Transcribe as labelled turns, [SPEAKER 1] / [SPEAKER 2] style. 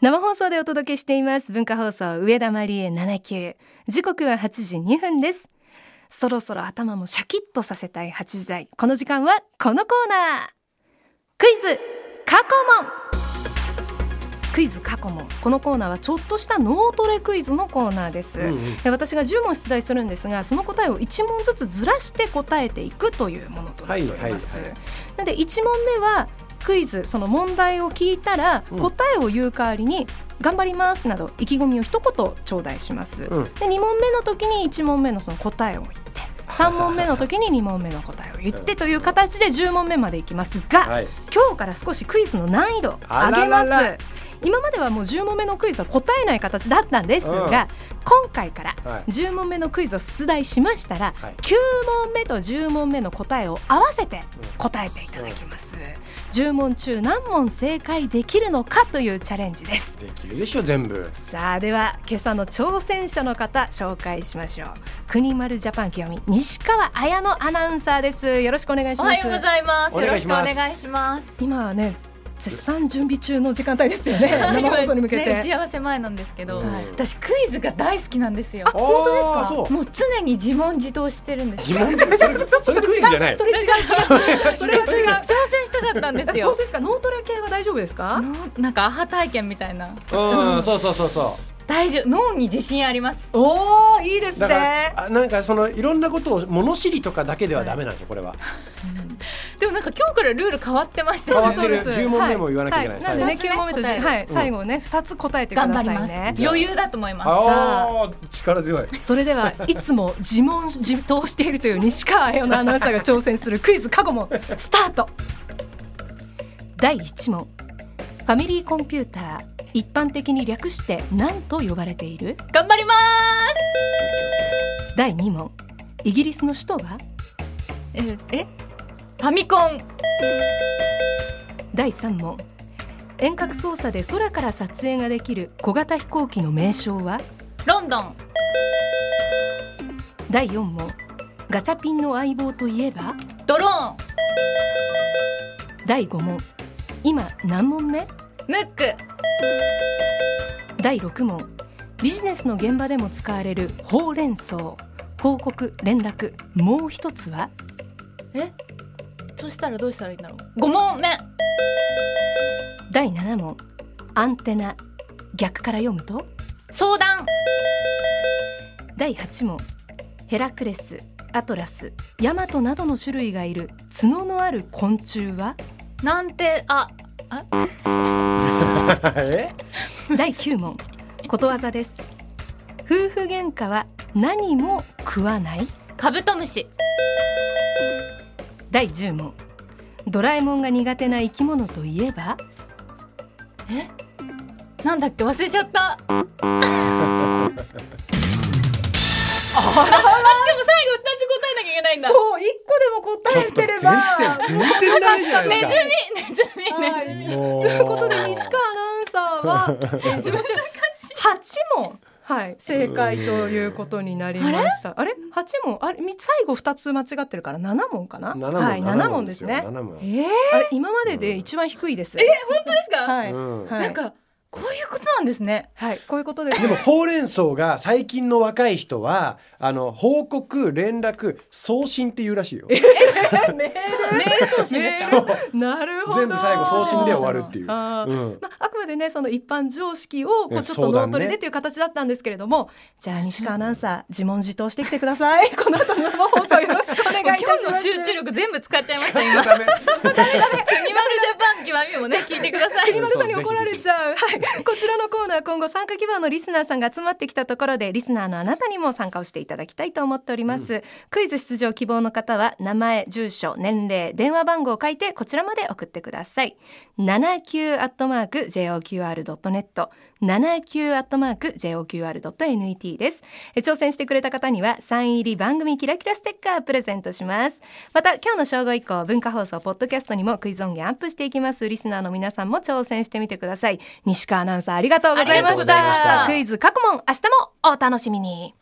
[SPEAKER 1] 生放送でお届けしています文化放送上田マリエ79時刻は8時2分ですそろそろ頭もシャキッとさせたい8時台この時間はこのコーナークイズ過去問クイズ過去問このコーナーはちょっとした脳トレクイズのコーナーです、
[SPEAKER 2] うんうん
[SPEAKER 1] で私が10問出題するんですがその答えを1問ずつずらして答えていくというものとなっております、
[SPEAKER 2] はいはいは
[SPEAKER 1] なので1問目はクイズその問題を聞いたら
[SPEAKER 2] うん
[SPEAKER 1] 答えを言う代わりに「頑張ります」など意気込みを一言頂戴します、
[SPEAKER 2] うん
[SPEAKER 1] で2問目の時に1問目のその答えを言って3問目の時に2問目の答えを言ってという形で10問目までいきますが、
[SPEAKER 2] はい、
[SPEAKER 1] 今日から少しクイズの難易度
[SPEAKER 2] あ
[SPEAKER 1] 上
[SPEAKER 2] ら
[SPEAKER 1] げ
[SPEAKER 2] ら
[SPEAKER 1] ます
[SPEAKER 2] ら
[SPEAKER 1] 今まではもう10問目のクイズは答えない形だったんですが、
[SPEAKER 2] うん
[SPEAKER 1] 今回から
[SPEAKER 2] はい
[SPEAKER 1] 10問目のクイズを出題しましたら、
[SPEAKER 2] はい
[SPEAKER 1] 9問目と10問目の答えを合わせて答えていただきます、10問中何問正解できるのかというチャレンジです
[SPEAKER 2] できるでしょ全部
[SPEAKER 1] さあでは今朝の挑戦者の方紹介しましょう国丸ジャパン極み西川綾乃アナウンサーですよろしくお願いし
[SPEAKER 3] お
[SPEAKER 1] ます
[SPEAKER 3] はようございます。
[SPEAKER 2] お
[SPEAKER 3] よ
[SPEAKER 2] 願
[SPEAKER 3] ろ
[SPEAKER 2] い
[SPEAKER 3] し
[SPEAKER 2] し
[SPEAKER 3] くお
[SPEAKER 2] ます
[SPEAKER 3] 願いします。
[SPEAKER 1] 今はね絶賛準備中の時間帯ですよね生放送に向け
[SPEAKER 3] 今ね打ち
[SPEAKER 1] て
[SPEAKER 3] 合わせ前なんですけど、
[SPEAKER 2] はい
[SPEAKER 3] 私クイズが大好きなんですよ
[SPEAKER 1] あ。本当ですか
[SPEAKER 2] あーそう
[SPEAKER 3] もう常に自問自答してるんです。
[SPEAKER 2] 自問 自答それそれクイズじゃない
[SPEAKER 1] それ違うそれ違うそれ違う
[SPEAKER 3] 挑戦したかったんです
[SPEAKER 1] 本当
[SPEAKER 3] よ。
[SPEAKER 1] ですか脳トレ系は大丈夫ですか
[SPEAKER 3] のなんかアハ体験みたいな。
[SPEAKER 2] うんそうそうそうそ
[SPEAKER 3] 大丈夫。脳に自信あります。
[SPEAKER 1] おおいいです
[SPEAKER 2] うだから
[SPEAKER 1] ね
[SPEAKER 2] あなんかそのいろんなことを物知りとかだけではダメなんですよこれは
[SPEAKER 3] でもなんか今日からルール変わってました
[SPEAKER 2] 変
[SPEAKER 3] よ
[SPEAKER 2] わ
[SPEAKER 3] ね。
[SPEAKER 2] ってる10問目も言わなきゃいけない
[SPEAKER 1] はなんでね
[SPEAKER 3] 最後
[SPEAKER 1] 9問目と
[SPEAKER 3] 答え
[SPEAKER 1] 10
[SPEAKER 3] る
[SPEAKER 1] はい最後ね2つ答えてくだ
[SPEAKER 3] 頑張
[SPEAKER 1] さい
[SPEAKER 3] ります。
[SPEAKER 1] ね
[SPEAKER 3] 余裕だと思います。
[SPEAKER 1] あ
[SPEAKER 2] あ力強い
[SPEAKER 1] それではいつも自問自答しているという西川彩乃アナウンサーが挑戦するクイズ過去問スタート第1問ファミリーコンピューター一般的に略して何と呼ばれている
[SPEAKER 3] 頑張ります。
[SPEAKER 1] 第2問イギリスの首都は
[SPEAKER 3] ええファミコン
[SPEAKER 1] 第3問遠隔操作で空から撮影ができる小型飛行機の名称は
[SPEAKER 3] ロンドン
[SPEAKER 1] 第4問ガチャピンの相棒といえば
[SPEAKER 3] ドローン
[SPEAKER 1] 第5問今何問目
[SPEAKER 3] ムック
[SPEAKER 1] 第6問ビジネスの現場でも使われるほうれん草報告連絡もう一つは
[SPEAKER 3] えそしたらどうしたらいいんだろう5問目
[SPEAKER 1] 第7問アンテナ逆から読むと
[SPEAKER 3] 相談
[SPEAKER 1] 第8問ヘラクレスアトラスヤマトなどの種類がいる角のある昆虫は
[SPEAKER 3] なんてああ
[SPEAKER 2] え
[SPEAKER 1] 第9問ことわざです夫婦喧嘩は何も食わない
[SPEAKER 3] カブトムシ
[SPEAKER 1] 第10問ドラえもんが苦手な生き物といえば
[SPEAKER 3] なんだっけ忘れちゃったあしかも最後二つ答えなきゃいけないんだ
[SPEAKER 1] そう一個でも答えてれば
[SPEAKER 2] 全然全然ダメ じゃない で
[SPEAKER 3] ネズミネズミ
[SPEAKER 2] すかもう
[SPEAKER 1] ということで西川アナウンサーはえ自分中八問はい正解ということになりました。あれ八問あれみ最後二つ間違ってるから七問かな。
[SPEAKER 2] 7問
[SPEAKER 1] はい七問ですね。
[SPEAKER 2] 7問
[SPEAKER 3] え
[SPEAKER 1] あれ今までで一番低いです。え
[SPEAKER 3] ですか、
[SPEAKER 1] はい、
[SPEAKER 2] うん
[SPEAKER 1] はい
[SPEAKER 3] なんかこういうことなんですね
[SPEAKER 1] はいこういうことです
[SPEAKER 2] で。もほうれん草が最近の若い人はあの報告連絡送信っていうらしいよ
[SPEAKER 1] メー
[SPEAKER 3] メール送信
[SPEAKER 1] メ
[SPEAKER 3] ね
[SPEAKER 1] ールなるほど。
[SPEAKER 2] 全部最後送信で終わるっていう、
[SPEAKER 1] あー
[SPEAKER 2] うん、
[SPEAKER 1] まあ、あくまでねその一般常識をこ
[SPEAKER 2] う
[SPEAKER 1] うんちょっと
[SPEAKER 2] そうだ
[SPEAKER 1] 脳
[SPEAKER 2] ね
[SPEAKER 1] トレでという形だったんですけれども、じゃあ西川アナウンサー自問自答してきてください この後の生放送よろしくお願いい
[SPEAKER 3] 今
[SPEAKER 1] たします
[SPEAKER 3] 日の集中力全部使っちゃいました今
[SPEAKER 2] ダ
[SPEAKER 3] アニ
[SPEAKER 2] メ
[SPEAKER 3] マルジャパン極みもね聞いてください
[SPEAKER 1] 国丸さんに怒られちゃう。はい、 こちらのコーナー今後参加希望のリスナーさんが集まってきたところでリスナーのあなたにも参加をしていただきたいと思っております。クイズ出場希望の方は名前、住所、年齢、電話番号を書いてこちらまで送ってください。79アットマーク joqr ドットネット、79アットマーク joqr ドット net です。え挑戦してくれた方にはサイン入り番組キラキラステッカープレゼントします。また今日の正午以降文化放送ポッドキャストにもクイズ音源アップしていきますリスナーの皆さんも挑戦してみてください西川アナウンサーありがとうございま
[SPEAKER 2] ありがとう
[SPEAKER 1] し
[SPEAKER 2] ございましたた
[SPEAKER 1] クイズ過去問明日もお楽しみに